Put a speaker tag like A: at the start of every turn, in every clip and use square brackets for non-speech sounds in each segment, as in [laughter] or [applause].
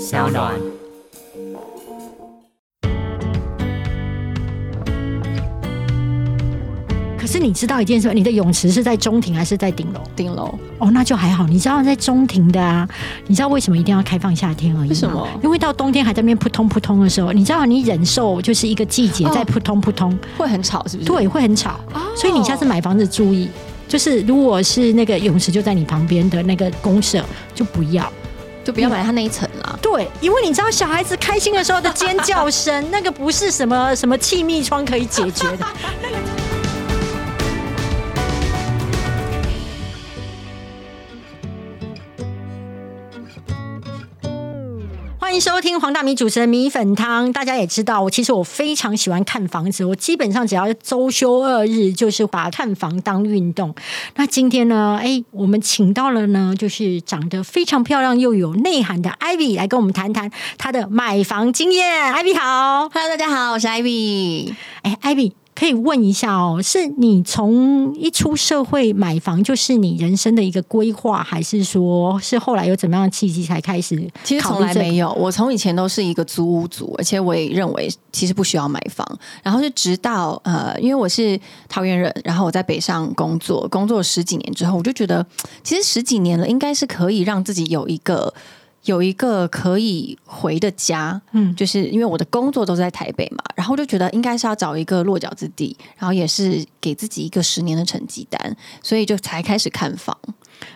A: 小暖。
B: 可是你知道一件事吗，你的泳池是在中庭还是在顶楼？
C: 顶楼
B: 哦，那就还好。你知道在中庭的啊，你知道为什么一定要开放夏天而已吗？
C: 为什么
B: 因为到冬天还在那边扑通扑通的时候，你知道你忍受就是一个季节
C: 哦
B: 在扑通扑通，
C: 会很吵，是不是？
B: 对，会很吵。
C: 哦，
B: 所以你下次买房子注意，就是如果是那个泳池就在你旁边的那个公社，就不要。
C: 就不要买它那一层啦。
B: 对，因为你知道小孩子开心的时候的尖叫 [laughs] 声，那个不是什么什么气密窗可以解决的。欢迎收听黄大米主持的米粉汤。大家也知道，我其实我非常喜欢看房子，我基本上只要周休二日，就是把看房当运动。那今天呢，哎，我们请到了呢，就是长得非常漂亮又有内涵的 Ivy 来跟我们谈谈她的买房经验。Ivy 好，
C: Hello，大家好，我是 Ivy。
B: 哎，Ivy 可以问一下哦，是你从一出社会买房就是你人生的一个规划，还是说是后来有怎么样的契机才开始？
C: 其实从来没有，我从以前都是一个租屋族，而且我也认为其实不需要买房。然后是直到呃，因为我是桃园人，然后我在北上工作，工作十几年之后，我就觉得其实十几年了，应该是可以让自己有一个。有一个可以回的家，
B: 嗯
C: 嗯，就是因为我的工作都是在台北嘛，然后就觉得应该是要找一个落脚之地，然后也是给自己一个十年的成绩单，所以就才开始看房。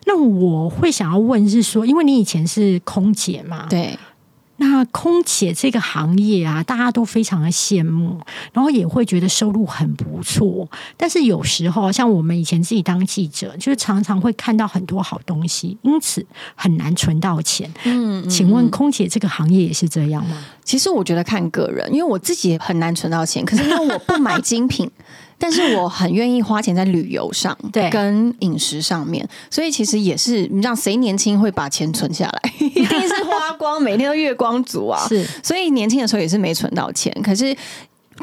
B: 那我会想要问是说，因为你以前是空姐嘛，
C: 对，
B: 那空姐这个行业啊，大家都非常的羡慕，然后也会觉得收入很不错。但是有时候，像我们以前自己当记者，就是常常会看到很多好东西，因此很难存到钱。
C: 嗯
B: 请问空姐这个行业也是这样吗？
C: 其实我觉得看个人，因为我自己也很难存到钱，可是因
B: [laughs]
C: 为我不买精品，但是我很愿意花钱在旅游上，
B: 对
C: 跟饮食上面，所以其实也是，你让谁年轻会把钱存下
B: [laughs]
C: 来？一定是花光，每天都月光族啊！
B: 是
C: 所以年轻的时候也是没存到钱，可是。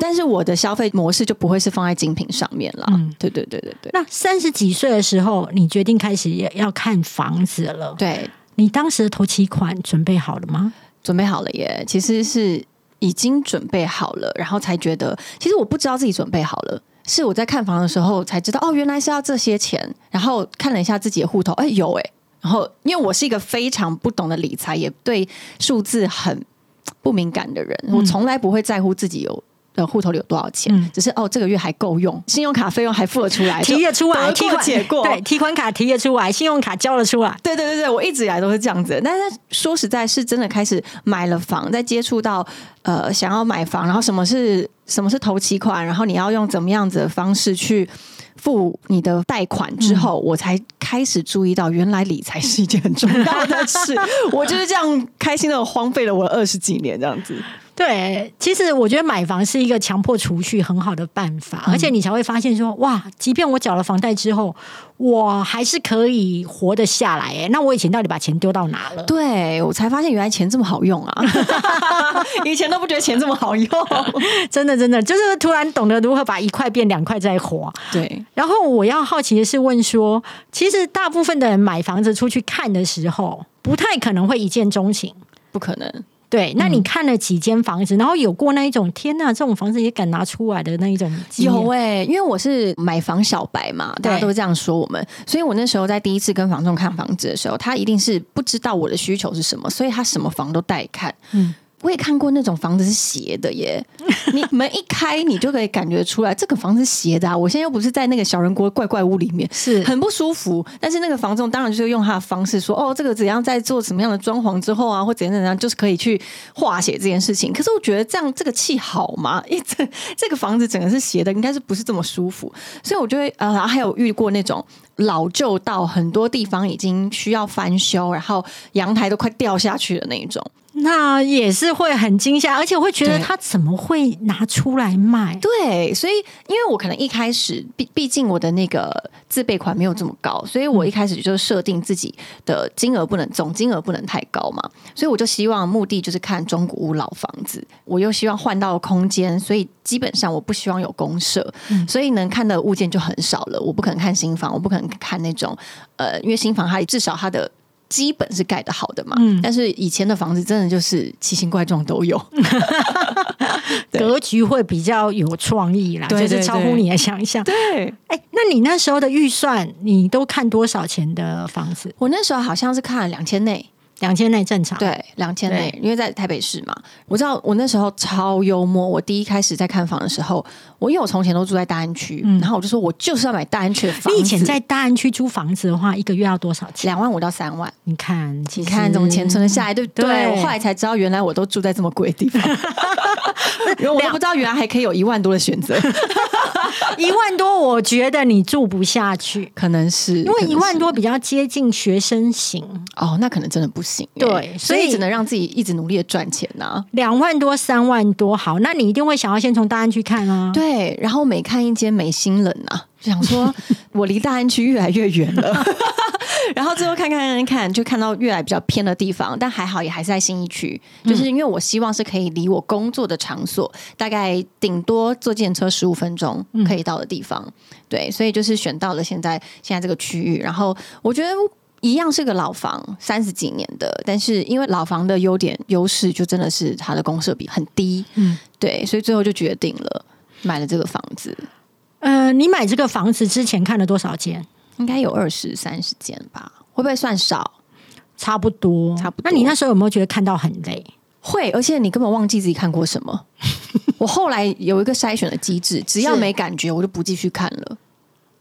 C: 但是我的消费模式就不会是放在精品上面啦，
B: 嗯
C: 对对对对对
B: 那三十几岁的时候，你决定开始也要看房子了。
C: 对，
B: 你当时的头期款准备好了吗？
C: 准备好了耶，其实是已经准备好了，然后才觉得，其实我不知道自己准备好了。是我在看房的时候才知道，哦，原来是要这些钱。然后看了一下自己的户头，哎，有哎。然后因为我是一个非常不懂得理财，也对数字很不敏感的人，我从来不会在乎自己有的户头里有多少钱，
B: 嗯
C: 只是哦，这个月还够用，信用卡费用还付了出来，
B: 提了出来，
C: 得
B: 提
C: 过
B: 款
C: 且
B: [laughs]
C: 过，
B: 对，提款卡提了出来，信用卡交了出来。
C: 对对对对，我一直以来都是这样子的。但是说实在，是真的开始买了房，再接触到呃想要买房，然后什么是什么是头期款，然后你要用怎么样子的方式去付你的贷款之后，我才开始注意到，原来理财是一件很重要的 [laughs] 事。我就是这样开心的荒废了我二十几年这样子。
B: 对，其实我觉得买房是一个强迫储蓄很好的办法，而且你才会发现说，哇，即便我缴了房贷之后，我还是可以活得下来。哎，那我以前到底把钱丢到哪了？ [laughs]
C: 对我才发现，原来钱这么好用啊！ [laughs] 以前都不觉得钱这么好用。
B: 真的，真的，就是突然懂得如何把一块变两块再花。
C: [laughs] 对，
B: 然后我要好奇的是，问说，其实大部分的人买房子出去看的时候，不太可能会一见钟情。
C: 不可能。
B: 对，那
C: 嗯
B: 你看了几间房子，然后有过那一种天呐，这种房子也敢拿出来的那一种经验？
C: 有哎、因为我是买房小白嘛，大家
B: 对
C: 都这样说我们，所以我那时候在第一次跟房仲看房子的时候，他一定是不知道我的需求是什么，所以他什么房都带看。
B: 嗯
C: 嗯，我也看过那种房子是斜的
B: [laughs]
C: 耶，你门一开你就可以感觉出来这个房子是斜的啊。我现在又不是在那个小人国怪怪屋里面。
B: 是
C: 很不舒服，但是那个房仲当然就是用他的方式说，哦，这个怎样在做什么样的装潢之后啊，或怎样怎样，就是可以去化解这件事情。可是我觉得这样这个气好吗？ [laughs] 因为这这个房子整个是斜的，应该是不是这么舒服？所以我就会呃，然后还有遇过那种老旧到很多地方已经需要翻修，然后阳台都快掉下去的那一种。
B: 那也是会很惊吓，而且会觉得
C: 对
B: 他怎么会拿出来卖？
C: 对，所以因为我可能一开始，毕毕竟我的那个自备款没有这么高，所以我一开始就设定自己的金额不能总金额不能太高嘛，所以我就希望目的就是看中古屋老房子，我又希望换到空间，所以基本上我不希望有公社，所以能看的物件就很少了。我不可能看新房，我不可能看那种呃，因为新房它至少它的。基本是盖得好的嘛。
B: 嗯
C: 但是以前的房子真的就是奇形怪状都有。对
B: 格局会比较有创意啦，
C: 对
B: 就是
C: 对
B: 超乎
C: 对
B: 你的想象。
C: 对，
B: 哎，那你那时候的预算，你都看多少钱的房子？
C: [laughs] 我那时候好像是看两千内，
B: 两千内正常。，
C: 对，两千内，因为在台北市嘛，我知道我那时候超幽默。我第一开始在看房的时候，我因为我从前都住在大安区，然后我就说我就是要买大安区的房子。
B: 嗯你以前在大安区租房子的话，一个月要多少钱？
C: 两万五到三万，
B: 你看，其
C: 你
B: 实
C: 看怎么钱存得下来，对不对？
B: 对
C: 我后来才知道，原来我都住在这么贵
B: [laughs]
C: 的地方，因为我都不知道原来还可以有一万多的
B: [laughs]
C: 选择，
B: 一万多，我觉得你住不下去，
C: 可能是
B: 因为一万
C: 多
B: 多比较接近学生型，
C: 哦，那可能真的不行欸、
B: 对
C: 所
B: 所以
C: 以只能让自己一直努力的赚钱啊呐、
B: 两万多、三万多，好，那你一定会想要先从大安区看啊。
C: 对，然后每看一间没心人啊，就想说我离大安区越来越远了。 [laughs] 然后最后看看看看，就看到越来比较偏的地方，但还好也还是在新一区，就是因为我希望是可以离我工作的场所大概顶多坐电车十五分钟可以到的地方。对，所以就是选到了现在现在这个区域，然后我觉得。一样是个老房，三十几年的，但是因为老房的优点优势就真的是它的公设比很低，
B: 嗯
C: 嗯，对，所以最后就决定了买了这个房子，
B: 呃，你买这个房子之前看了多少间？
C: 应该有二十三十间吧，会不会算少？
B: 差不多，
C: 差不
B: 那
C: 多
B: 你那时候有没有觉得看到很累？
C: 会，而且你根本忘记自己看过什么。我后来有一个筛选的机制，只要
B: 是
C: 没感觉，我就不继续看了。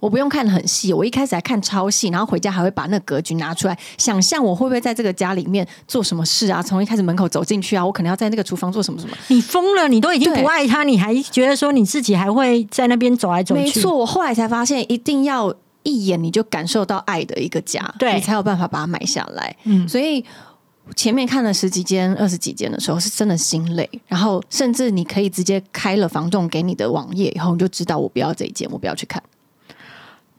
C: 我不用看得很细，我一开始还看超细，然后回家还会把那个格局拿出来，想象我会不会在这个家里面做什么事啊？从一开始门口走进去啊，我可能要在那个厨房做什么什么。
B: 你疯了！你都已经
C: 对
B: 不爱他，你还觉得说你自己还会在那边走来走去？
C: 没错，我后来才发现，一定要一眼你就感受到爱的一个家，
B: 对
C: 你才有办法把它买下来。
B: 嗯
C: 嗯，所以前面看了十几间、二十几间的时候，是真的心累。然后，甚至你可以直接开了房仲给你的网页以后，你就知道我不要这一间，我不要去看。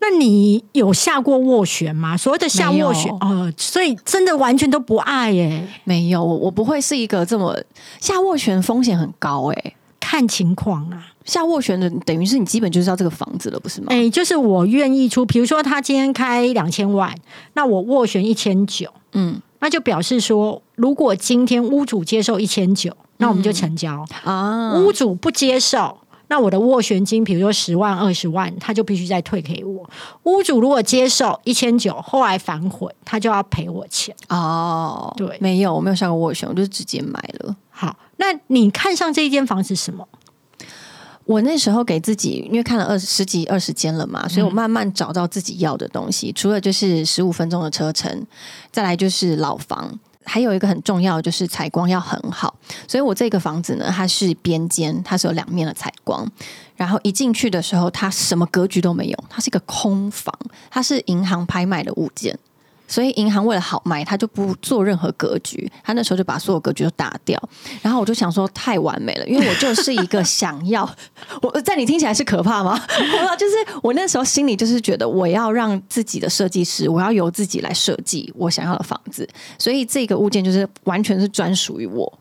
B: 那你有下过斡旋吗？所谓的下斡旋，呃，所以真的完全都不爱耶、
C: 没有，我我不会是一个这么下斡旋风险很高诶、
B: 看情况啊。
C: 下斡旋的等于是你基本就是要这个房子了，不是吗？
B: 哎、就是我愿意出，比如说他今天开两千万，那我斡旋一千九，
C: 嗯
B: 那就表示说，如果今天屋主接受一千九，那我
C: 嗯
B: 们就成交；
C: 啊，
B: 屋主不接受。那我的斡旋金，比如说十万、二十万，他就必须再退给我。屋主如果接受一千九，后来反悔，他就要赔我钱。
C: 哦，
B: 对
C: 没有，我没有下过斡旋，我就直接买了。
B: 好，那你看上这一间房子什么？
C: 我那时候给自己，因为看了二十几、二十间了嘛，所以我慢慢找到自己要的东西。除了就是十五分钟的车程，再来就是老房，还有一个很重要的就是采光要很好。所以我这个房子呢，它是边间，它是有两面的采光。然后一进去的时候，它什么格局都没有，它是一个空房，它是银行拍卖的物件。所以银行为了好卖，他就不做任何格局，他那时候就把所有格局都打掉。然后我就想说，太完美了，因为我就是一个想要， [laughs] 我在你听起来是可怕吗？我就是我那时候心里就是觉得，我要让自己的设计师，我要由自己来设计我想要的房子，所以这个物件就是完全是专属于我。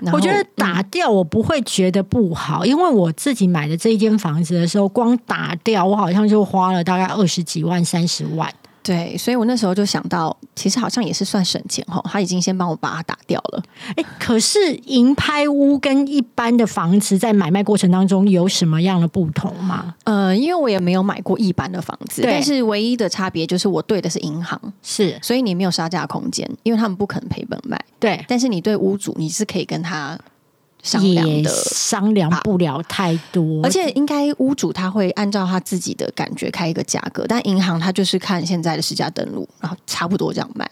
C: 然后嗯
B: 我觉得打掉我不会觉得不好，因为我自己买的这一间房子的时候，光打掉我好像就花了大概二十几万、三十万。
C: 对，所以我那时候就想到，其实好像也是算省钱哈，他已经先帮我把它打掉了。
B: 哎，可是银拍屋跟一般的房子在买卖过程当中有什么样的不同吗？
C: 呃，因为我也没有买过一般的房子，
B: 对
C: 但是唯一的差别就是我对的是银行，
B: 是
C: 所以你没有杀价空间，因为他们不肯赔本卖。
B: 对，
C: 但是你对屋主，你是可以跟他商量
B: 也
C: 的，
B: 商量不了太多，
C: 而且应该屋主他会按照他自己的感觉开一个价格，但银行他就是看现在的市价登录，然后差不多这样卖，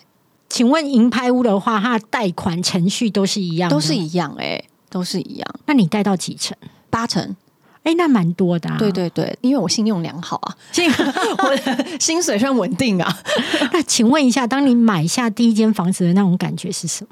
B: 请问银拍屋的话，它的贷款程序都是一样的，
C: 都是一样哎、都是一样，
B: 那你贷到几成？
C: 八成。
B: 哎，那蛮多的、啊， [laughs]
C: 对对对，因为我信用良好啊，我的薪水算稳定啊。
B: 那请问一下，当你买下第一间房子的那种感觉是什么？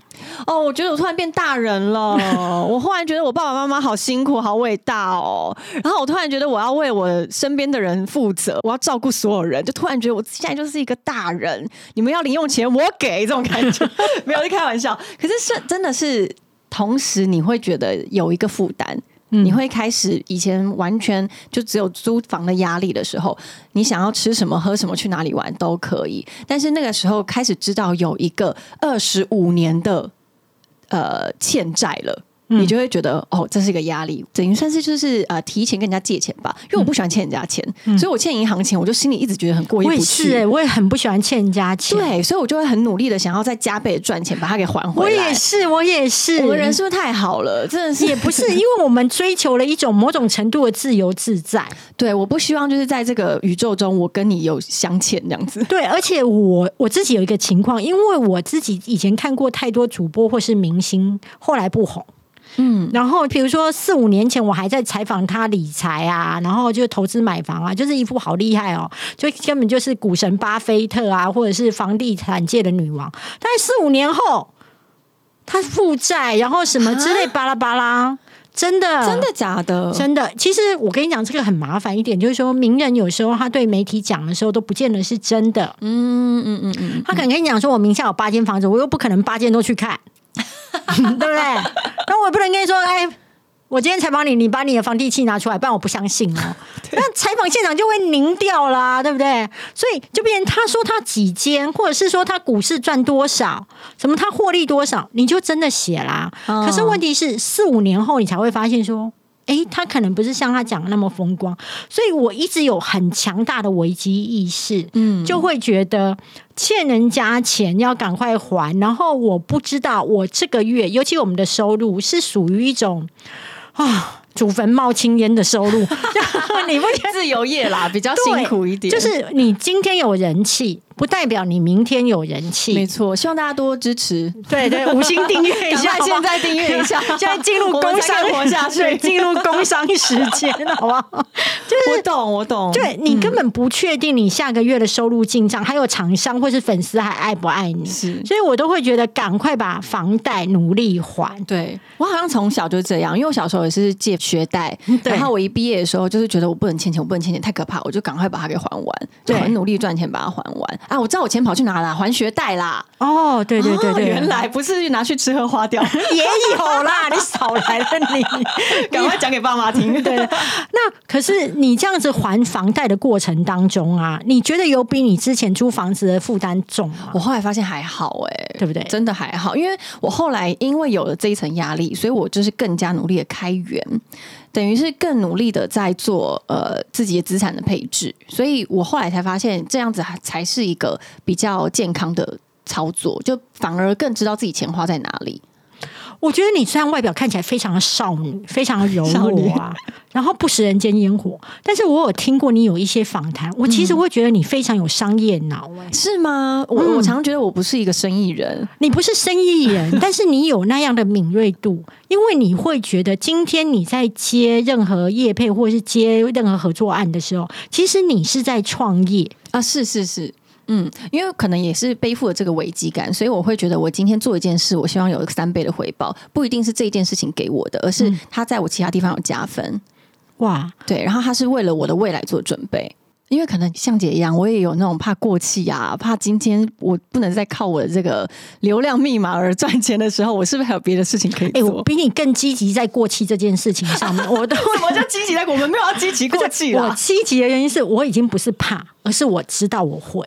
C: 哦，我觉得我突然变大人了，我忽然觉得我爸爸妈妈好辛苦，好伟大哦。然后我突然觉得我要为我身边的人负责，我要照顾所有人，就突然觉得我现在就是一个大人。你们要零用钱，我给这种感觉，没有在开玩笑。可是是真的是，同时你会觉得有一个负担。
B: 嗯
C: 你会开始以前完全就只有租房的压力的时候，你想要吃什么、喝什么、去哪里玩都可以。但是那个时候开始知道有一个二十五年的呃欠债了。
B: 嗯
C: 你就会觉得哦，这是一个压力，等于算是就是呃提前跟人家借钱吧，因为我不喜欢欠人家钱，所以我欠银行钱，我就心里一直觉得很过
B: 嗯
C: 意
B: 我也
C: 不
B: 是、
C: 去。
B: 欸，我也很不喜欢欠人家钱。，
C: 对，所以我就会很努力的想要再加倍地赚钱把它给还
B: 我
C: 回来。
B: 也是，我也是。
C: 我
B: [laughs]
C: 们人是不是太好了？真的是
B: 也不是，因为我们追求了一种某种程度的自由自在。
C: 对，我不希望就是在这个宇宙中，我跟你有相欠这样子。
B: 对，而且我我自己有一个情况，因为我自己以前看过太多主播或是明星，后来不红。嗯，然后比如说四五年前，我还在采访他理财啊，然后就投资买房啊，就是一副好厉害哦，就根本就是股神巴菲特啊，或者是房地产界的女王。但是四五年后，他负债，然后什么之类巴拉巴拉，真的
C: 啊真的假的？
B: 真的，其实我跟你讲，这个很麻烦一点，就是说名人有时候他对媒体讲的时候都不见得是真的，
C: 嗯嗯嗯嗯，
B: 他可能跟你讲说我名下有八间房子，我又不可能八间都去看， [laughs] 对不对？那我也不能跟你说，哎。我今天采访你，你把你的房地契拿出来，不然我不相信哦。那采访现场就会凝掉啦，对不对？所以就变成他说他几间，或者是说他股市赚多少，什么他获利多少，你就真的写啦。
C: 嗯
B: 可是问题是，四五年后你才会发现说，诶，他可能不是像他讲的那么风光。所以我一直有很强大的危机意识，嗯，就会觉得欠人家钱要赶快还。然后我不知道我这个月，尤其我们的收入是属于一种啊。祖坟冒青烟的收
C: [laughs]
B: 入，你不觉得
C: 自由业啦，比较
B: 对
C: 辛苦一点。
B: 就是你今天有人气，不代表你明天有人
C: 没
B: 气。
C: 错，希望大家多支持。
B: 对对，五星订阅一
C: 赶
B: 下，
C: 快
B: 好不好
C: 现在订阅一下
B: [laughs] 现在进入
C: 我
B: 工
C: 们才
B: 商
C: 可以活下去
B: 对进入工商时间，好不
C: [laughs]
B: 好？
C: 我懂，我懂。
B: 对你根本不确定你下个月的收入进账，还有厂商或是粉丝还爱不爱你，
C: 是
B: 所以我都会觉得赶快把房贷努力还。
C: 对我好像从小就这样，因为我小时候也是借学贷，
B: 对
C: 然后我一毕业的时候就是觉得我不能欠钱，我不能欠钱，太可怕，我就赶快把它给还完，就
B: 对
C: 很努力赚钱把它还完啊！我知道我钱跑去哪啦，还学贷啦。
B: 哦，对对对
C: 哦
B: 对，
C: 原来不是拿去吃喝花 [laughs] 掉，
B: 也有啦，你少来了你。
C: [laughs]
B: [laughs]
C: 赶快讲给爸妈听。对，
B: 那可是你这样子还房贷的过程当中啊，你觉得有比你之前租房子的负担重吗
C: 我？后来发现还好哎、
B: 对不对
C: 真的还好，因为我后来因为有了这一层压力，所以我就是更加努力的开源，等于是更努力的在做呃自己的资产的配置，所以我后来才发现这样子还才是一个比较健康的操作，就反而更知道自己钱花在哪里。
B: 我觉得你虽然外表看起来非常的少女，非常的柔
C: 少女
B: 弱啊，然后不食人间烟火，但是我有听过你有一些访谈，我
C: 嗯
B: 其实会觉得你非常有商业脑、哎、
C: 是吗？我、我常常觉得我不是一个生意人，
B: 你不是生意
C: [laughs]
B: 人，但是你有那样的敏锐度，因为你会觉得今天你在接任何业配或是接任何合作案的时候，其实你是在创业。
C: 啊，是是是。嗯，因为可能也是背负了这个危机感，所以我会觉得我今天做一件事，我希望有三倍的回报，不一定是这一件事情给我的，而是它在我其他地方有加分。
B: 哇，
C: 对，然后它是为了我的未来做准备。因为可能像姐一样，我也有那种怕过气啊，怕今天我不能再靠我的这个流量密码而赚钱的时候，我是不是还有别的事情可以
B: 哎、我
C: 做？
B: 比你更积极在过气这件事情上
C: [laughs]
B: 面，我都
C: 为什么叫积极呢？ [laughs] 我们没有要积极过气啊
B: 我
C: 啦。
B: 积极的原因是我已经不是怕，而是我知道我会，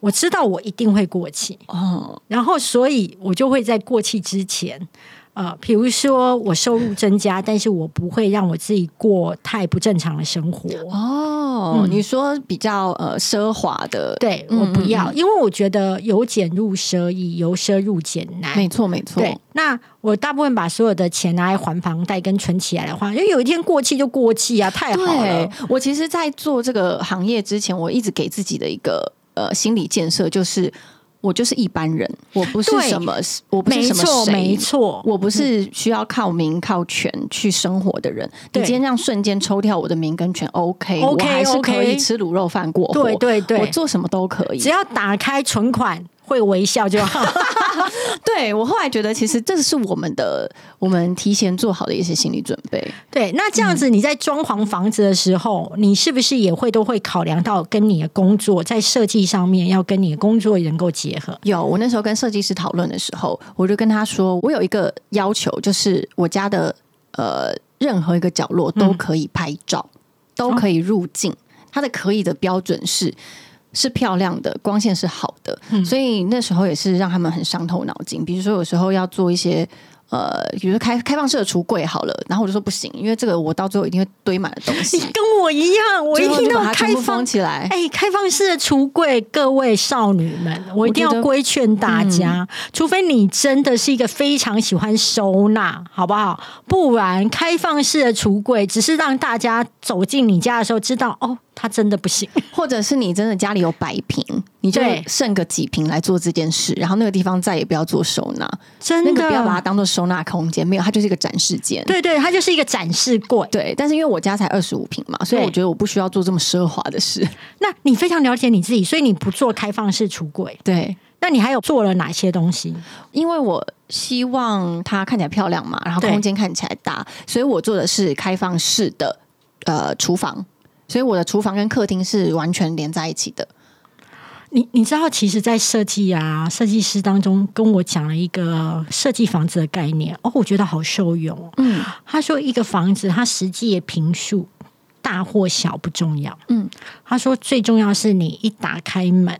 B: 我知道我一定会过气，
C: 哦，
B: 然后所以我就会在过气之前。呃，比如说我收入增加，但是我不会让我自己过太不正常的生活。
C: 哦，你说比较呃奢华的，，
B: 对
C: 嗯
B: 我不要，因为我觉得由俭入奢易，由奢入俭难。
C: 没错没错。
B: 对，那我大部分把所有的钱拿来还房贷跟存起来的话，因为有一天过期就过期啊，太好了
C: 对。，我其实，在做这个行业之前，我一直给自己的一个呃心理建设就是。我就是一般人，我不是
B: 对
C: 什么，我不是
B: 没
C: 什么
B: 错，
C: 谁
B: 没错，
C: 我不是需要靠名靠权去生活的人。你
B: 对
C: 今天这样瞬间抽掉我的名跟权，OK，,
B: OK，
C: 我还是可
B: OK
C: 以吃卤肉饭过活。
B: 对对对
C: 我做什么都可以
B: 只。要打开存款会微笑就
C: [laughs]
B: 好。
C: 对我后来觉得，其实这是我们的我们提前做好的一些心理准备。
B: 对，那这样子你在装潢房子的时候，你是不是也会都会考量到跟你的工作在设计上面要跟你的工作能够结合？
C: 有，我那时候跟设计师讨论的时候，我就跟他说，我有一个要求，就是我家的呃任何一个角落都可以拍照，都可以入镜。它的可以的标准是是漂亮的，光线是好的，
B: 嗯
C: 所以那时候也是让他们很伤透脑筋。比如说有时候要做一些。呃，比如说开开放式的橱柜好了，然后我就说不行，因为这个我到最后一定会堆满了东西。
B: [laughs] 跟我一样，我一
C: 最后就
B: 听到
C: 把它
B: 开
C: 全部
B: 放
C: 封起来
B: 哎、开放式的橱柜，各位少女们，我一定
C: 我
B: 要
C: 觉得嗯
B: 规劝大家，除非你真的是一个非常喜欢收纳，好不好？不然开放式的橱柜只是让大家走进你家的时候知道，哦，它真的不
C: [laughs]
B: 行。
C: 或者是你真的家里有百瓶，你就
B: 对
C: 剩个几瓶来做这件事，然后那个地方再也不要做收纳，
B: 真的
C: 那个不要把它当做收纳空间，没有，它就是一个展示间。
B: 对对，它就是一个展示柜。
C: 对但是因为我家才二十五平嘛，所以
B: 对
C: 我觉得我不需要做这么奢华的事。
B: 那你非常了解你自己，所以你不做开放式橱柜。
C: [laughs] 对，
B: 那你还有做了哪些东西？
C: 因为我希望它看起来漂亮嘛，然后
B: 对
C: 空间看起来大，所以我做的是开放式的呃厨房，所以我的厨房跟客厅是完全连在一起的。
B: 你你知道，其实，在设计啊，设计师当中跟我讲了一个设计房子的概念，哦，我觉得好受用、哦。
C: 嗯，
B: 他说，一个房子它实际的平数大或小不重要，
C: 嗯，
B: 他说最重要是你一打开门，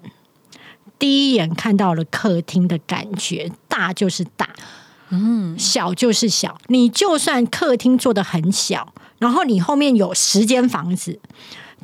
B: 第一眼看到了客厅的感觉，大就是大，嗯，小就是小。你就算客厅做的很小，然后你后面有十间房子，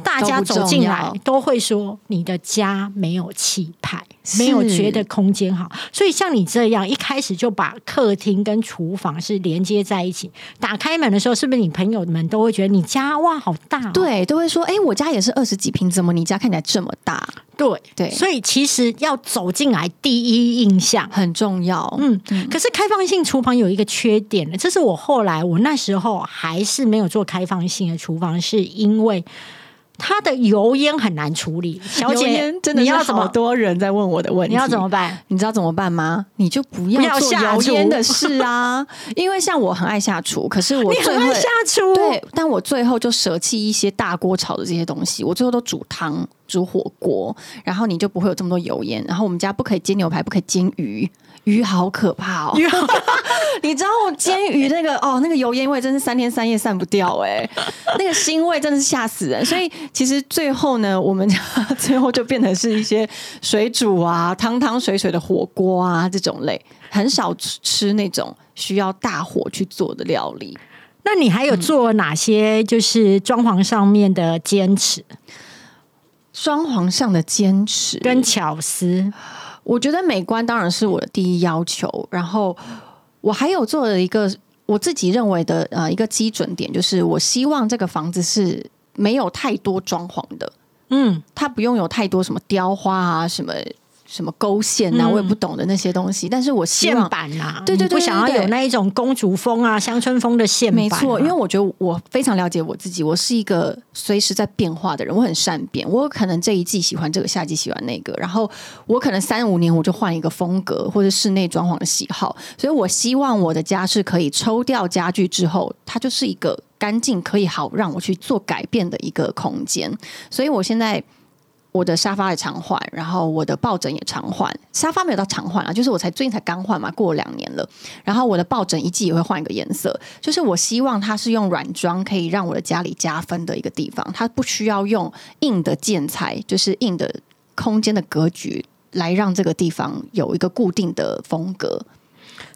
B: 大家走进来
C: 都不重
B: 都会说你的家没有气派，没有觉得空间好。所以像你这样一开始就把客厅跟厨房是连接在一起，打开门的时候，是不是你朋友们都会觉得你家哇好大哦、
C: 对，都会说，哎、我家也是二十几平，怎么你家看起来这么大？
B: 对
C: 对
B: 所以其实要走进来第一印象。
C: 很重要。
B: 嗯，可是开放性厨房有一个缺点呢，这是我后来我那时候还是没有做开放性的厨房，是因为它的油烟很难处理。小
C: 油
B: 姐
C: 烟，真的
B: 你
C: 是
B: 要怎
C: 好
B: 么
C: 多人在问我的问题，
B: 你要怎么？办？
C: 你知道怎么办吗？你就不
B: 不要
C: 要做
B: 下
C: 油烟
B: 厨
C: 的事啊！因为像我很爱下厨，可是我
B: 你
C: 最
B: 很爱
C: 会
B: 下厨，
C: 对，但我最后就舍弃一些大锅炒的这些东西，我最后都煮汤、煮火锅，然后你就不会有这么多油烟。然后我们家不可以煎牛排，不可以煎鱼，鱼好可怕哦！ [laughs] 你知道我煎鱼那个哦，那个油烟味真是三天三夜散不掉哎、那个腥味真的是吓死人。所以其实最后呢，我们家 [laughs] 最后就变成是一些水煮啊、汤汤水水的火锅啊这种类，很少吃吃那种需要大火去做的料理。
B: 那你还有做哪些就是装潢上面的坚持
C: 嗯双簧上的坚持，
B: 跟巧思？
C: 我觉得美观当然是我的第一要求。然后我还有做了一个我自己认为的呃一个基准点，就是我希望这个房子是没有太多装潢的，
B: 嗯，
C: 它不用有太多什么雕花啊、什么什么勾线啊，
B: 嗯
C: 我也不懂的那些东西。但是我希
B: 线
C: 望。
B: 板啊，
C: 对对对
B: 你不想要
C: 对对对
B: 有那一种公主风啊、乡村风的线板、
C: 没错，因为。我觉得我非常了解我自己，我是一个随时在变化的人，我很善变。我有可能这一季喜欢这个，下季喜欢那个，然后我可能三五年我就换一个风格或者室内装潢的喜好。所以我希望我的家是可以抽掉家具之后，它就是一个干净可以好让我去做改变的一个空间。所以我现在我的沙发也常换，然后我的抱枕也常换。沙发没有到常换啊，就是我才最近才刚换嘛，过了两年了。然后我的抱枕一季也会换一个颜色，就是我希望它是用软装可以让我的家里加分的一个地方，它不需要用硬的建材，就是硬的空间的格局来让这个地方有一个固定的风格。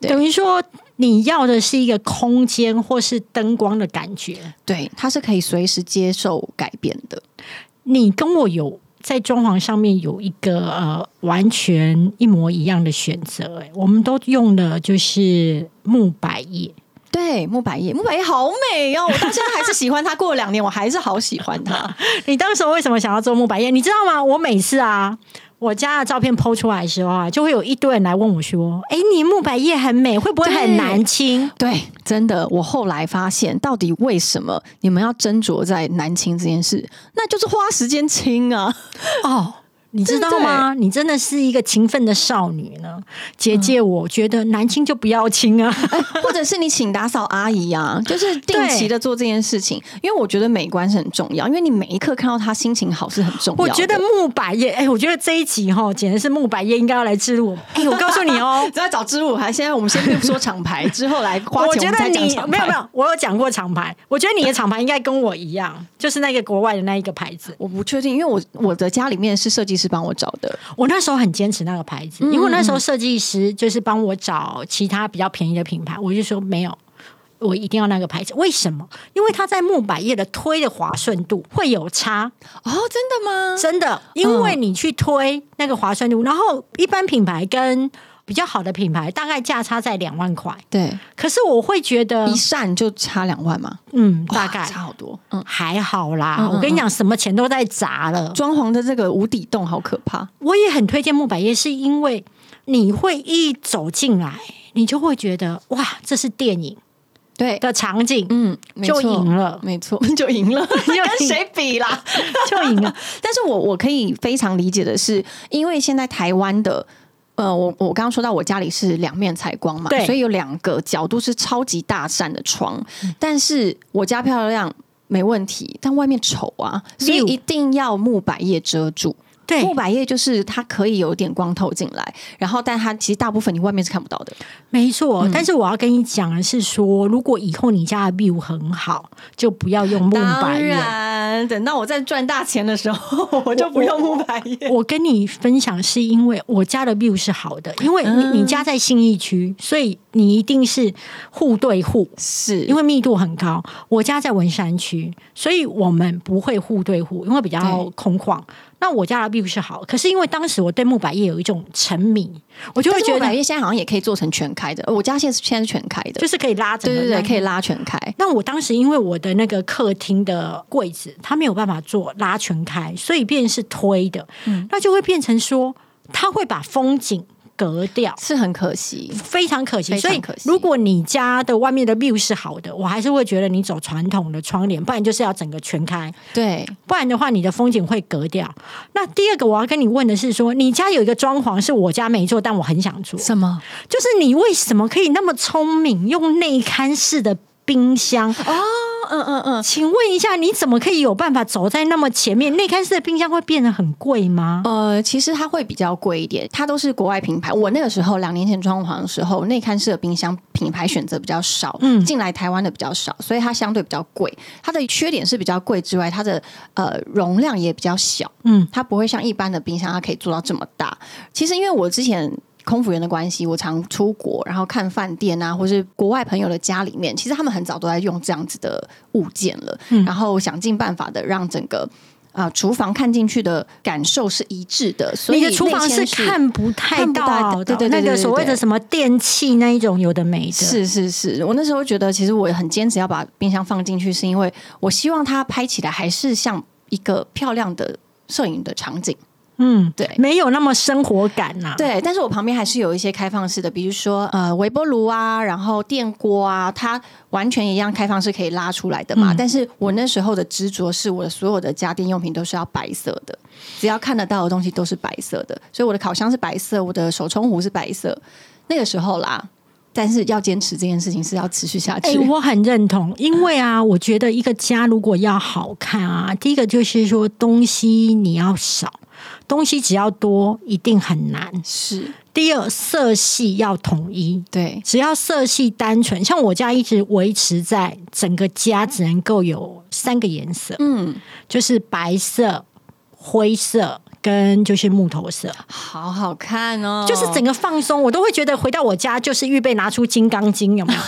C: 对
B: 等于说你要的是一个空间或是灯光的感觉。
C: 对，它是可以随时接受改变的。
B: 你跟我有在装潢上面有一个呃完全一模一样的选择、哎，我们都用的就是木百叶。
C: 对，木百叶，木百叶好美哦！我到现在还是喜欢它。过了两年，我还是好喜欢它。
B: 你当时为什么想要做木百叶？你知道吗？我每次啊，我家的照片剖出来的时候啊，就会有一堆人来问我说：“哎、你木百叶很美，会不会很
C: 对
B: 难清
C: [laughs] 对，真的，我后来发现，到底为什么你们要斟酌在南青这件事？那就是花时间清啊。？”
B: 哦，你知道吗？你真的是一个勤奋的少女呢，姐姐。我觉得难亲就不要亲啊， [laughs]
C: 或者是你请打扫阿姨啊，就是定期的做这件事情，因为我觉得美观是很重要，因为你每一刻看到她心情好是很重要
B: 我
C: 哎的。，
B: 觉得木百叶，哎、我觉得这一集哈，简直是木百叶应该要来置入我们。哎、我告诉你哦 [laughs]
C: 只要找知物，还现在我们先不说厂牌，之后来花
B: 我
C: 钱
B: 觉
C: 我们
B: 得
C: 再讲
B: 你
C: 厂牌。
B: 没有没有，我有讲过厂牌，我觉得你的厂牌应该跟我一样，就是那个国外的那一个牌子。
C: 我不确定，因为我我的家里面是设计师帮我找的，
B: 我那时候很坚持那个牌子，
C: 嗯
B: 因为我那时候设计师就是帮我找其他比较便宜的品牌，我就说没有。我一定要那个牌子，为什么？因为它在木百叶的推的滑顺度会有差，
C: 哦，真的吗？
B: 真的，因为你去推那个划算度，然后一般品牌跟比较好的品牌大概价差在两万块，
C: 对，
B: 可是我会觉得
C: 一，扇就差两万嘛，
B: 嗯，
C: 哇
B: 呃大概
C: 差好多。嗯，
B: 还好啦。
C: 嗯嗯
B: 我跟你讲，什么钱都在砸了。
C: 装潢的这个无底洞好可怕，
B: 我也很推荐木百叶，是因为你会一走进来，你就会觉得哇，这是电影
C: 对，
B: 的场景，
C: 嗯，没
B: 就
C: 错
B: 赢
C: [laughs]
B: 了，
C: 没
B: [laughs]
C: 错，就赢 [laughs] 了，跟谁比啦？
B: 就赢了。
C: 但是我我可以非常理解的是，因为现在台湾的。呃，我我刚刚说到我家里是两面采光嘛，
B: 对
C: 所以有两个角度是超级大扇的窗，
B: 嗯
C: 但是我家漂亮没问题，但外面丑啊，所以
B: 六
C: 一定要木百叶遮住。
B: 对
C: 木，百叶就是它可以有点光透进来，然后但它其实大部分你外面是看不到的。
B: 没错。
C: 嗯
B: 但是我要跟你讲的是说，如果以后你家的 view 很好，就不要用木百叶。
C: 然，等到我在赚大钱的时候， [laughs] 我就不用木百叶。
B: 我跟你分享，是因为我家的 view 是好的，因为
C: 嗯
B: 你你家在信义区，所以你一定是户对户，
C: 是
B: 因为密度很高。我家在文山区，所以我们不会户对户，因为比较
C: 对
B: 空旷。那我家的 view 是好，可是因为当时我对木百叶有一种沉迷，我就会
C: 但是
B: 觉
C: 木百
B: 得
C: 叶现在好像也可以做成全开的，呃我家现在是现在是全开的，
B: 就是可以拉整
C: 对
B: 个
C: 对对，
B: 那
C: 可以拉全开。
B: 那我当时因为我的那个客厅的柜子，它没有办法做拉全开，所以便是推的，
C: 嗯
B: 那就会变成说，它会把风景隔掉。
C: 是很可惜，
B: 非常可惜，
C: 非
B: 所
C: 常
B: 以
C: 可惜
B: 如果你家的外面的 view 是好的，我还是会觉得你走传统的窗帘，不然就是要整个全开，
C: 对，
B: 不然的话你的风景会隔掉。那第二个我要跟你问的是说你家有一个装潢是我家没做，但我很想做，
C: 什么？
B: 就是你为什么可以那么聪明，用内嵌式的冰箱
C: 嗯嗯嗯。
B: 请问一下，你怎么可以有办法走在那么前面？内开式的冰箱会变得很贵吗？
C: 呃，其实它会比较贵一点，它都是国外品牌。我那个时候两年前装潢的时候，内刊式的冰箱品牌选择比较少，
B: 嗯
C: 进来台湾的比较少，所以它相对比较贵。它的缺点是比较贵之外，它的呃容量也比较小，
B: 嗯，
C: 它不会像一般的冰箱，它可以做到这么大。其实因为我之前。空服员的关系，我常出国，然后看饭店啊，或是国外朋友的家里面，其实他们很早都在用这样子的物件了，然后想尽办法的让整个啊、厨房看进去的感受是一致的。所以
B: 你的厨房
C: 内
B: 是
C: 嵌
B: 看不太
C: 看不
B: 到的，
C: 到对对对
B: 那
C: 对
B: 个
C: 对
B: 所谓的
C: 对
B: 什么电器那一种有的没的，
C: 是是是，我那时候觉得，其实我很坚持要把冰箱放进去，是因为我希望它拍起来还是像一个漂亮的摄影的场景。
B: 嗯，
C: 对
B: 没有那么生活感啊呐、，
C: 对，但是我旁边还是有一些开放式的，比如说呃微波炉啊，然后电锅啊，它完全一样开放式可以拉出来的
B: 嗯
C: 嘛。但是我那时候的执着是我的所有的家电用品都是要白色的，只要看得到的东西都是白色的，所以我的烤箱是白色，我的手冲壶是白色。那个时候啦，但是要坚持这件事情是要持续下
B: 哎、
C: 去。
B: 我很认同，因为啊，我觉得一个家如果要好看啊，第一个就是说东西你要少，东西只要多一定很难。
C: [laughs] 是
B: 第二，色系要统一，
C: 对，
B: 只要色系单纯，像我家一直维持在整个家只能够有三个颜色，
C: 嗯，
B: 就是白色、灰色跟就是木头色，
C: 好好看哦，
B: 就是整个放松，我都会觉得回到我家就是预备拿出《金刚经》，有没 [laughs] 有？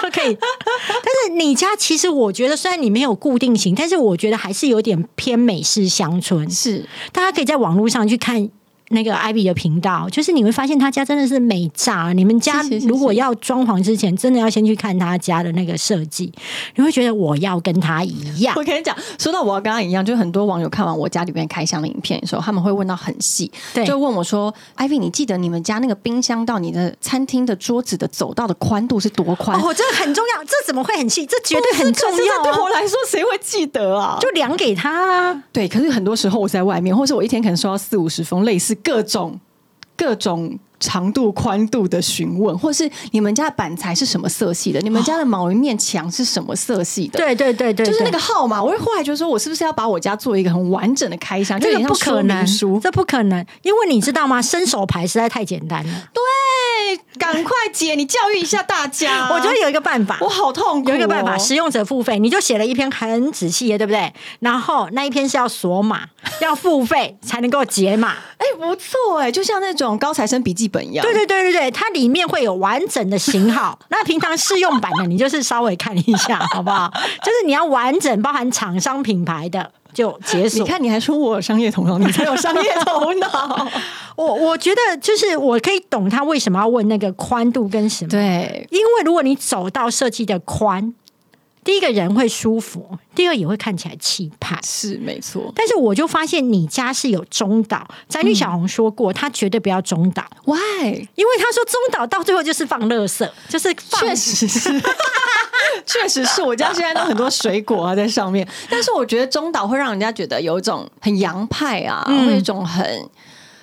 B: 就可以。但是你家其实我觉得，虽然你没有固定型，但是我觉得还是有点偏美式乡村，
C: 是
B: 大家可以在网络上去看。那个艾比的频道，就是你会发现他家真的是美炸。你们家
C: 是是是
B: 如果要装潢之前，真的要先去看他家的那个设计，你会觉得我要跟他一样。
C: [laughs] 我跟你讲，说到我要跟他一样，就很多网友看完我家里面开箱的影片的时候，他们会问到很细，
B: 对
C: 就问我说：“艾薇，你记得你们家那个冰箱到你的餐厅的桌子的走道的宽度是多宽？”
B: 哦，这个很重要，这怎么会很细？这绝对很重
C: 可是这
B: 要、
C: 对我
B: 啊，
C: 来说，谁会记得啊？
B: 就量给他、啊。
C: 对，可是很多时候我在外面，或是我一天可能收到四五十封类似各种各种长度、宽度的询问，或是你们家的板材是什么色系的，你们家的某一面墙是什么色系的。
B: 对对对对，
C: 就是那
B: 对
C: 个号码，我会后来就说，我是不是要把我家做一个很完整的开箱？
B: 这
C: 啊就
B: 个
C: 有点
B: 不
C: 像说
B: 可能
C: 明书，
B: 这不可能，因为你知道吗？伸手牌实在太简单了。
C: 对，赶快姐，你教育一下大
B: [laughs]
C: 家
B: 我觉得有一个办法，
C: 啊我好痛苦、哦
B: 有一个办法，使用者付费，你就写了一篇很仔细的，对不对？然后那一篇是要锁
C: [laughs]
B: 码，要付费才能够解码。
C: 哎、不错哎、就像那种高材生笔记本一样。
B: 对对对对对，它里面会有完整的型
C: [laughs]
B: 号。那平常试用版的，你就是稍微看一下，好不好？就是你要完整，包含厂商品牌的就解锁。
C: 你看，你还说我有商业头脑，你才有商业头脑。 [laughs]
B: 我我觉得就是我可以懂他为什么要问那个宽度跟什么，
C: 对，
B: 因为如果你走到设计的宽，第一个人会舒服，第二也会看起来气派。
C: 是没错。
B: 但是我就发现你家是有中岛，宅女小红说过，她绝对不要中岛，
C: Why？
B: 因为她说中岛到最后就是放垃圾，就是放
C: 确实是。 [laughs] 确实是我家现在都很多水果啊在上面，但是我觉得中岛会让人家觉得有一种很洋派啊，
B: 嗯
C: 会有一种很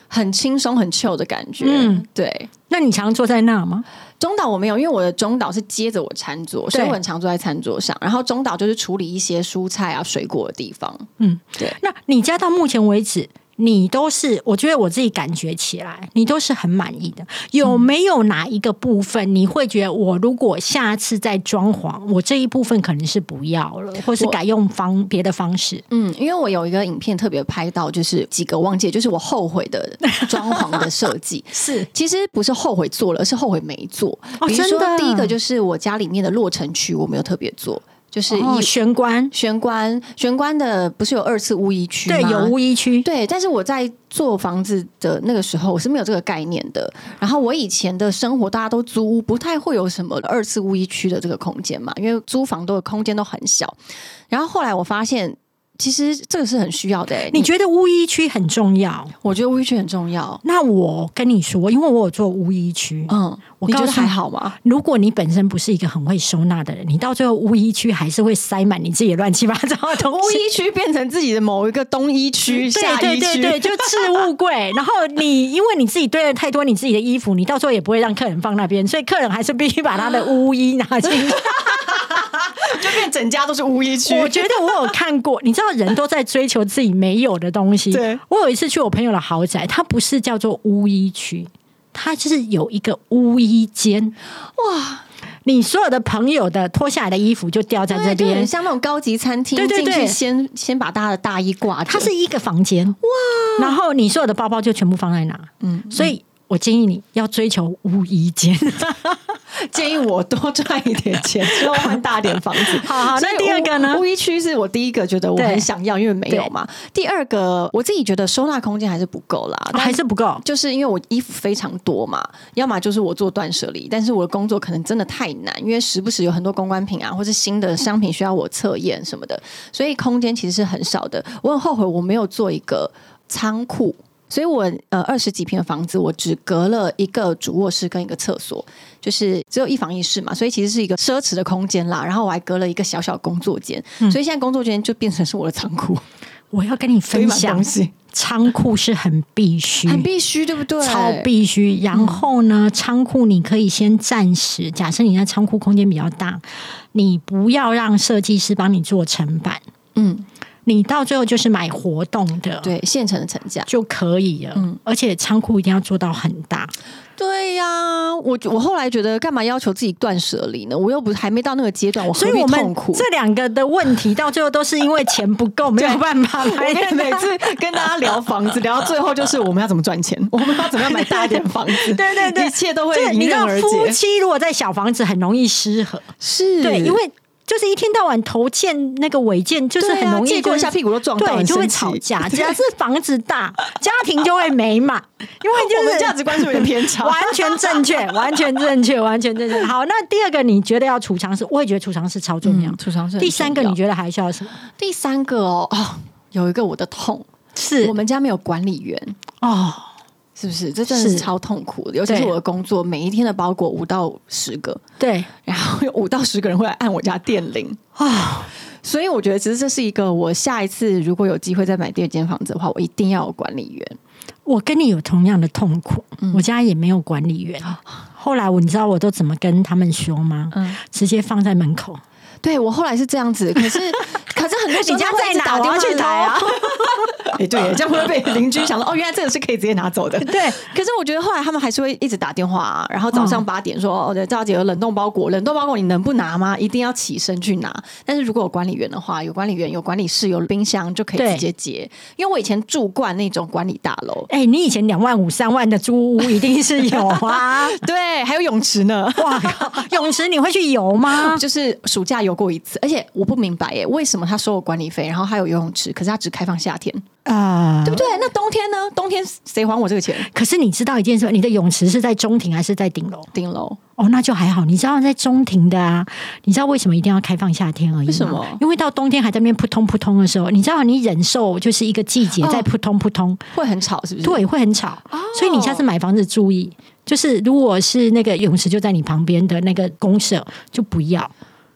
C: 很轻松、很 chill 的感觉。
B: 嗯
C: 嗯，对。
B: 那你常坐在那吗？
C: 中岛我没有，因为我的中岛是接着我餐桌，所以我很常坐在餐桌上。然后中岛就是处理一些蔬菜啊、水果的地方。
B: 嗯，
C: 对。
B: 那你家到目前为止，你都是我觉得我自己感觉起来，你都是很满意的。有没有哪一个部分你会觉得，我如果下次再装潢，我这一部分可能是不要了，或是
C: 我
B: 改用方别的方式？
C: 嗯，因为我有一个影片特别拍到，就是几个忘记了，就是我后悔的装潢的设计。
B: 是
C: 其实不是后悔做了，而是后悔没做。
B: 哦
C: 比如
B: 真
C: 说
B: 的
C: 第一个就是我家里面的落成区，我没有特别做，就是一、
B: 哦，玄关
C: 玄关，玄关的不是有二次污衣区吗？
B: 对有污衣区，
C: 对，但是我在做房子的那个时候，我是没有这个概念的。然后我以前的生活，大家都租屋，不太会有什么二次屋一区的这个空间嘛，因为租房都有空间都很小。然后后来我发现，其实这个是很需要的、欸。
B: 你觉得污衣区很重要？
C: 我觉得屋一区很重要。
B: 那我跟你说，因为我有做无衣区。
C: 嗯，
B: 我
C: 你觉
B: 告
C: 得
B: 诉
C: 还
B: 你
C: 好吗？
B: 如果你本身不是一个很会收纳的人，你到最后无衣区还是会塞满你自己乱七八糟的东
C: 乌
B: 西。
C: 衣区变成自己的某一个东衣区、
B: 对
C: 下
B: 对
C: 衣区，
B: 对
C: [laughs]
B: 对，就置物 [laughs] 柜。然后你因为你自己堆了太多你自己的衣服，你到最后也不会让客人放那边，所以客人还是必须把他 [gasps] 的污衣拿进去。
C: 就变整家都是乌衣区。
B: 我觉得我有看过，你知道人都在追求自己没有的东西。
C: 对
B: 我有一次去我朋友的豪宅，它不是叫做污衣区，它就是有一个污衣间。
C: 哇，
B: 你所有的朋友的脱下来的衣服就掉在这
C: 对，就很
B: 边，
C: 像那种高级餐厅，
B: 对对对
C: 进去先先把大家的大衣挂着。
B: 它是一个房间哇，然后你所有的包包就全部放在那，嗯，所以。我建议你要追求无衣间，
C: 建议我多赚一点钱， [laughs] 之后换大点房 [laughs] 子。
B: 好好那第二个呢
C: 乌衣区是我第一个觉得我
B: 对
C: 很想要，因为没有嘛。第二个，我自己觉得收纳哦空间还是不够啦， [laughs] 但
B: 还是不够。
C: 就是因为我衣服非常多嘛，要么就是我做断舍离，但是我的工作可能真的太难，因为时不时有很多公关品啊，或是新的商品需要我测验什么的，所以空间其实是很少的。我很后悔我没有做一个仓库。所以我呃二十几平的房子，我只隔了一个主卧室跟一个厕所，就是只有一房一室嘛，所以其实是一个奢侈的空间啦。然后我还隔了一个小小工作间，
B: 嗯
C: 所以现在工作间就变成是我的仓库，
B: 我要跟你
C: 堆
B: 分
C: 满
B: 享
C: 东，西，
B: 仓库是很必须，
C: 很必欸嗯须，对不对？
B: 嗯超必须。然后呢，仓库你可以先暂时，假设你在仓库空间比较大，你不要让设计师帮你做成版，
C: 嗯，
B: 你到最后就是买活动的，
C: 对，嗯现成的成价。
B: 就可以了。而且仓库一定要做到很大，
C: 对呀、我我后来觉得干嘛要求自己断舍离呢？我又不是还没到那个阶段，我何
B: 所以
C: 必
B: 我
C: 痛
B: 们
C: 苦？ [laughs]
B: 这两个的问题到最后都是因为钱不够，没有办法
C: 我
B: 买
C: 跟你每次跟大家聊房子，聊到最后就是我们要怎么赚钱，我们要怎么样买大一点房 [laughs] 子，
B: 对对对，
C: 一切都会
B: 这
C: 迎
B: 你知
C: 刃
B: 道，
C: 而
B: 夫
C: 解。
B: 妻如果在小房子很容易失和，
C: 是
B: 对，因为就是一天到晚头见那个尾见，就是很容易、就是
C: 啊、过一下屁股都撞到，
B: 对，就会吵架。只要是房子 [laughs] 大，家庭就会美满，因为就是
C: 价值观是有点偏差，
B: 完全正 [laughs] 确，完全正确，完全正确。好，那第二个你觉得要储藏室，我也觉得储藏室超重要。
C: 储、嗯、藏室。
B: 第三个你觉得还需要什么？
C: 第三个哦，哦有一个我的痛
B: 是
C: 我们家没有管理员
B: 哦。
C: 是不是？这真的是超痛苦的，尤其是我的工作，每一天的包裹五到十个，
B: 对，
C: 然后有五到十个人会来按我家电铃
B: 哦
C: 啊，所以我觉得其实这是一个我下一次如果有机会再买第二间房子的话，我一定要有管理员。
B: 我跟你有同样的痛苦，嗯、我家也没有管理员。后来我你知道我都怎么跟他们说吗？嗯，直接放在门口。
C: 对我后来是这样子，可是 [laughs] 可是很多
B: 你家在哪？
C: 打电话
B: 去
C: 来啊！ [laughs] 哎欸，对，这样会被邻居想到哦，原来这个是可以直接拿走的。
B: 对，
C: [laughs] 可是我觉得后来他们还是会一直打电话、啊，然后早上八点说：“哦，对，赵姐有冷冻包裹，冷冻包裹你能不拿吗？一定要起身去拿。”但是如果有管理员的话，有管理员、有管理室、有冰箱就可以直接接。因为我以前住惯那种管理大
B: [laughs]
C: 楼，
B: 哎、欸，你以前两万五、三万的租屋一定是有 [laughs] 啊，
C: 对，还有泳池呢。
B: 哇靠，泳池你会去游吗？
C: [laughs] 就是暑假游过一次，而且我不明白耶，为什么他收我管理费，然后还有游泳池，可是他只开放夏天。
B: 啊、
C: uh,，对不对？那冬天呢？冬天谁还我这个钱？
B: 可是你知道一件事，你的泳池是在中庭还是在顶楼？
C: 顶楼
B: 哦，那就还好。你知道在中庭的啊，你知道为什么一定要开放夏天而已？
C: 为什么？
B: 因为到冬天还在那边扑通扑通的时候，你知道你忍受就是一个季节在扑通扑通、哦，
C: 会很吵，是不是？
B: 对，会很吵。Oh. 所以你下次买房子注意，就是如果是那个泳池就在你旁边的那个公社，就不要。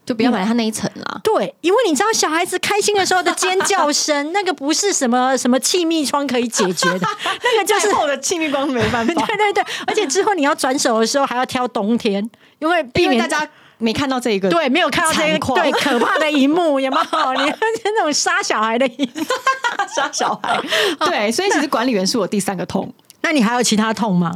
C: 就不要买他那一层啦、嗯。 [laughs]
B: 对，因为你知道小孩子开心的时候的尖叫声， [laughs] 那个不是什么什么气密窗可以解决 [laughs] 的，那个
C: [laughs]
B: 就是
C: 我的气密窗没办法。
B: 对对对，而且之后你要转手的时候还要挑冬天，因为避免
C: 大家。没看到这一个
B: 对，没有看到这一个对可怕的一幕，有没有？ [laughs] 你那种杀小孩的一幕，
C: 杀小孩。 [laughs] 对， [laughs] 所以其实管理员是我第三个痛。
B: [laughs] 那你还有其他痛吗？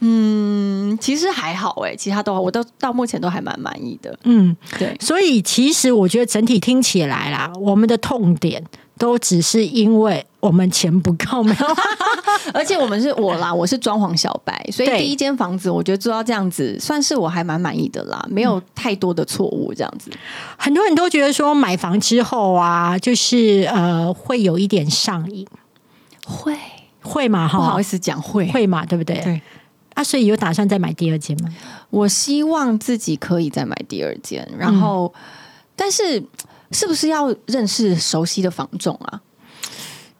C: 嗯，其实还好哎、欸，其他都我都到目前都还蛮满意的。
B: 嗯，
C: 对，
B: 所以其实我觉得整体听起来啦，我们的痛点都只是因为我们钱不够，没有，
C: [laughs] 而且我们是我
B: [laughs]
C: 啦，我是装潢小白，所以第一间房子我觉得做到这样子，算是我还蛮满意的啦，没有太多的错误这样子、嗯。
B: 很多人都觉得说买房之后啊，就是呃会有一点上瘾，
C: 会。
B: 会嘛哈，
C: 不好意思讲会
B: 会嘛，对不对？
C: 对
B: 啊，所以有打算再买第二间吗？
C: 我希望自己可以再买第二间，然后、嗯、但是是不是要认识熟悉的房仲啊？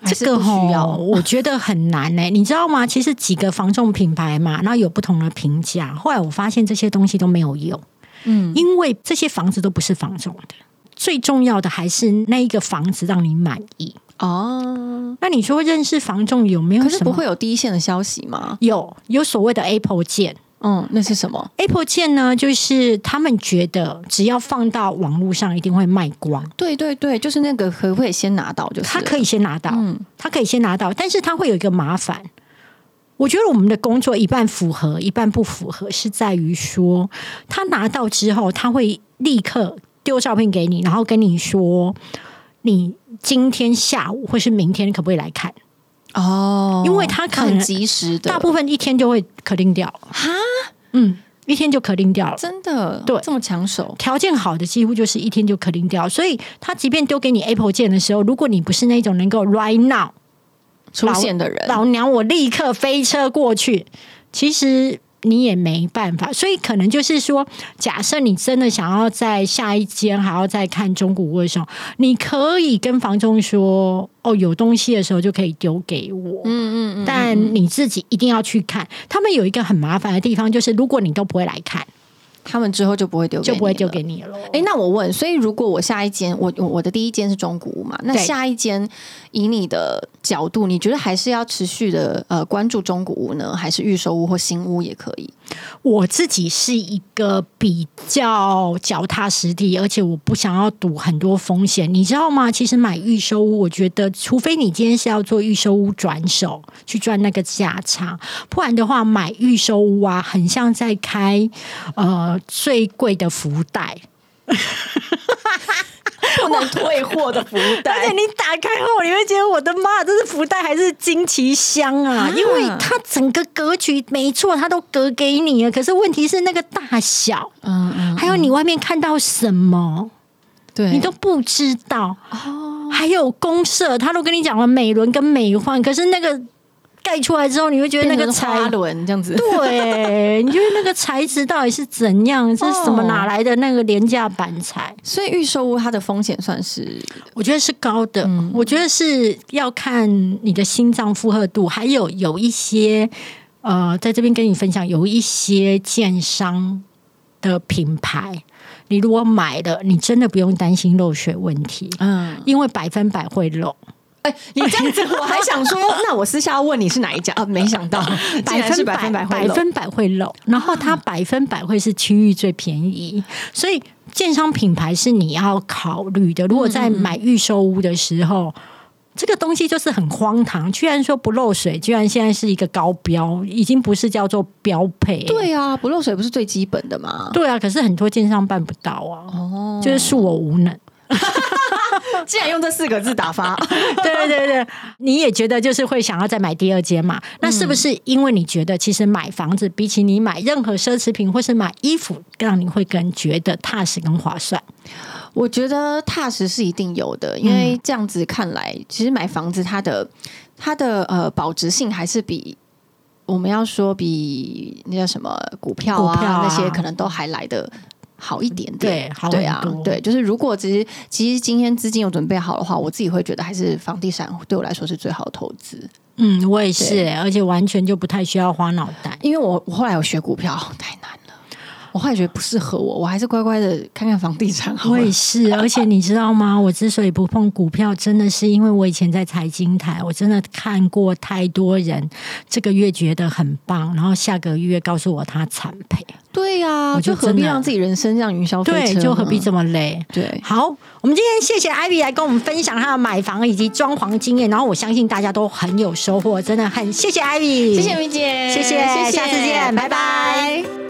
B: 这个哈，我觉得很难呢、欸， [laughs] 你知道吗？其实几个房仲品牌嘛，然后有不同的评价。后来我发现这些东西都没有用，嗯，因为这些房子都不是房仲的。最重要的还是那一个房子让你满意。
C: 哦，
B: 那你说认识房仲有没有？
C: 可是不会有第一线的消息吗？
B: 有，有所谓的 Apple 键。
C: 嗯，那是什么
B: ？Apple 键呢？就是他们觉得只要放到网络上，一定会卖光。
C: 对对对，就是那个可不可以先拿到？就是
B: 他可以先拿到，嗯，他可以先拿到，但是他会有一个麻烦。我觉得我们的工作一半符合，一半不符合，是在于说他拿到之后，他会立刻丢照片给你，然后跟你说你。今天下午或是明天可不可以来看？
C: 哦，
B: 因为他可能
C: 及时的，
B: 大部分一天就会可定掉了。
C: 哈，
B: 嗯，一天就可定掉了，
C: 真的，
B: 对，
C: 这么抢手，
B: 条件好的几乎就是一天就可定掉。所以他即便丢给你 Apple 键的时候，如果你不是那种能够 right now
C: 出现的人，
B: 老娘我立刻飞车过去，其实你也没办法。所以可能就是说，假设你真的想要在下一间还要再看中古屋的时候，你可以跟房东说：“哦，有东西的时候就可以丢给我。”
C: 嗯嗯嗯。
B: 但你自己一定要去看。他们有一个很麻烦的地方，就是如果你都不会来看，
C: 他们之后就不会丢，
B: 就不会丢给你了。
C: 哎、欸，那我问，所以如果我下一间，我我的第一间是中古屋嘛？那下一间以你的角度，你觉得还是要持续的呃关注中古屋呢，还是预售屋或新屋也可 [laughs] 以？
B: 我自己是一个比较脚踏实地，而且我不想要赌很多风险，你知道吗？其实买预售屋，我觉得除非你今天是要做预售屋转手去赚那个价差，不然的话买预售屋啊，很像在开呃最贵的福袋。
C: 不能退货的福袋，
B: 而且哎你打开后，你会觉得我的妈，这是福袋还是惊奇箱啊？ [laughs] 因为它整个格局没错，它都隔给你了，可是问题是那个大小，
C: [laughs] 嗯嗯，
B: 还有你外面看到什么。
C: 对
B: 你都不知道。
C: 哦，
B: 还有公社，他都跟你讲了美轮跟美奂，可是那个盖出来之后，你会觉得那
C: 变
B: 个
C: 成
B: 材
C: 花轮这样子，
B: 对，你觉得那个材质到底是怎样？
C: [laughs]
B: 这是什么
C: 哦
B: 哪来的那个廉价板材？
C: 所以预售屋它的风险算是
B: 我觉得是高的，我觉得是要看你的心脏负荷度，还有有一些呃，在这边跟你分享，有一些建商的品牌，你如果买了，你真的不用担心漏水问题，
C: 嗯，
B: 因为百分百会漏，
C: 哎、你这样子我还想 [laughs] 说，那我私下要问你是哪一家啊？没想到 [laughs] 竟然是百分百会
B: 百
C: 漏
B: 分百会漏，然后它百分百会是区域最便宜，所以建商品牌是你要考虑的。如果在买预售屋的时候。这个东西就是很荒唐，居然说不漏水，居然现在是一个高标，已经不是叫做标配。
C: 对啊，不漏水不是最基本的吗？
B: 对啊，可是很多建商办不到啊，
C: 哦，
B: 就是恕我无能。
C: 啊竟然用这四个字打发，
B: 对对对，你也觉得就是会想要再买第二间嘛？那是不是因为你觉得其实买房子比起你买任何奢侈品或是买衣服，让你会更觉得踏实跟划算？
C: [laughs] 我觉得踏实是一定有的，因为这样子看来，其实买房子它的它的呃保值性还是比我们要说比那叫什么股票啊
B: 股票啊
C: 那些可能都还来的。好一点点，
B: 对好
C: 对啊
B: 很多，
C: 对，就是如果其实其实今天资金有准备好的话，我自己会觉得还是房地产对我来说是最好的投资，
B: 嗯，我也是，而且完全就不太需要花脑
C: [laughs]
B: 袋。
C: 因为我我后来有学股票，太难了，我后来觉得不适合我，我还是乖乖的看看房地产好
B: 我
C: 了
B: 也。是，而且你知道吗？ [laughs] 我之所以不碰股票，真的是因为我以前在财经台，我真的看过太多人这个月觉得很棒，然后下个月告诉我他惨赔，
C: 对呀、
B: 我就
C: 就何
B: 真
C: 必
B: 的
C: 让自己人生像云霄哦飞车嗯
B: 对，
C: 呢？
B: 就何必这么累？
C: 对，
B: 好，我们今天谢谢 Ivy 来跟我们分享她的买房以及装潢经验，然后我相信大家都很有收获，真的很谢谢 Ivy，
C: 谢谢。明姐，
B: 谢谢
C: 谢谢，
B: 下次见拜拜
C: 拜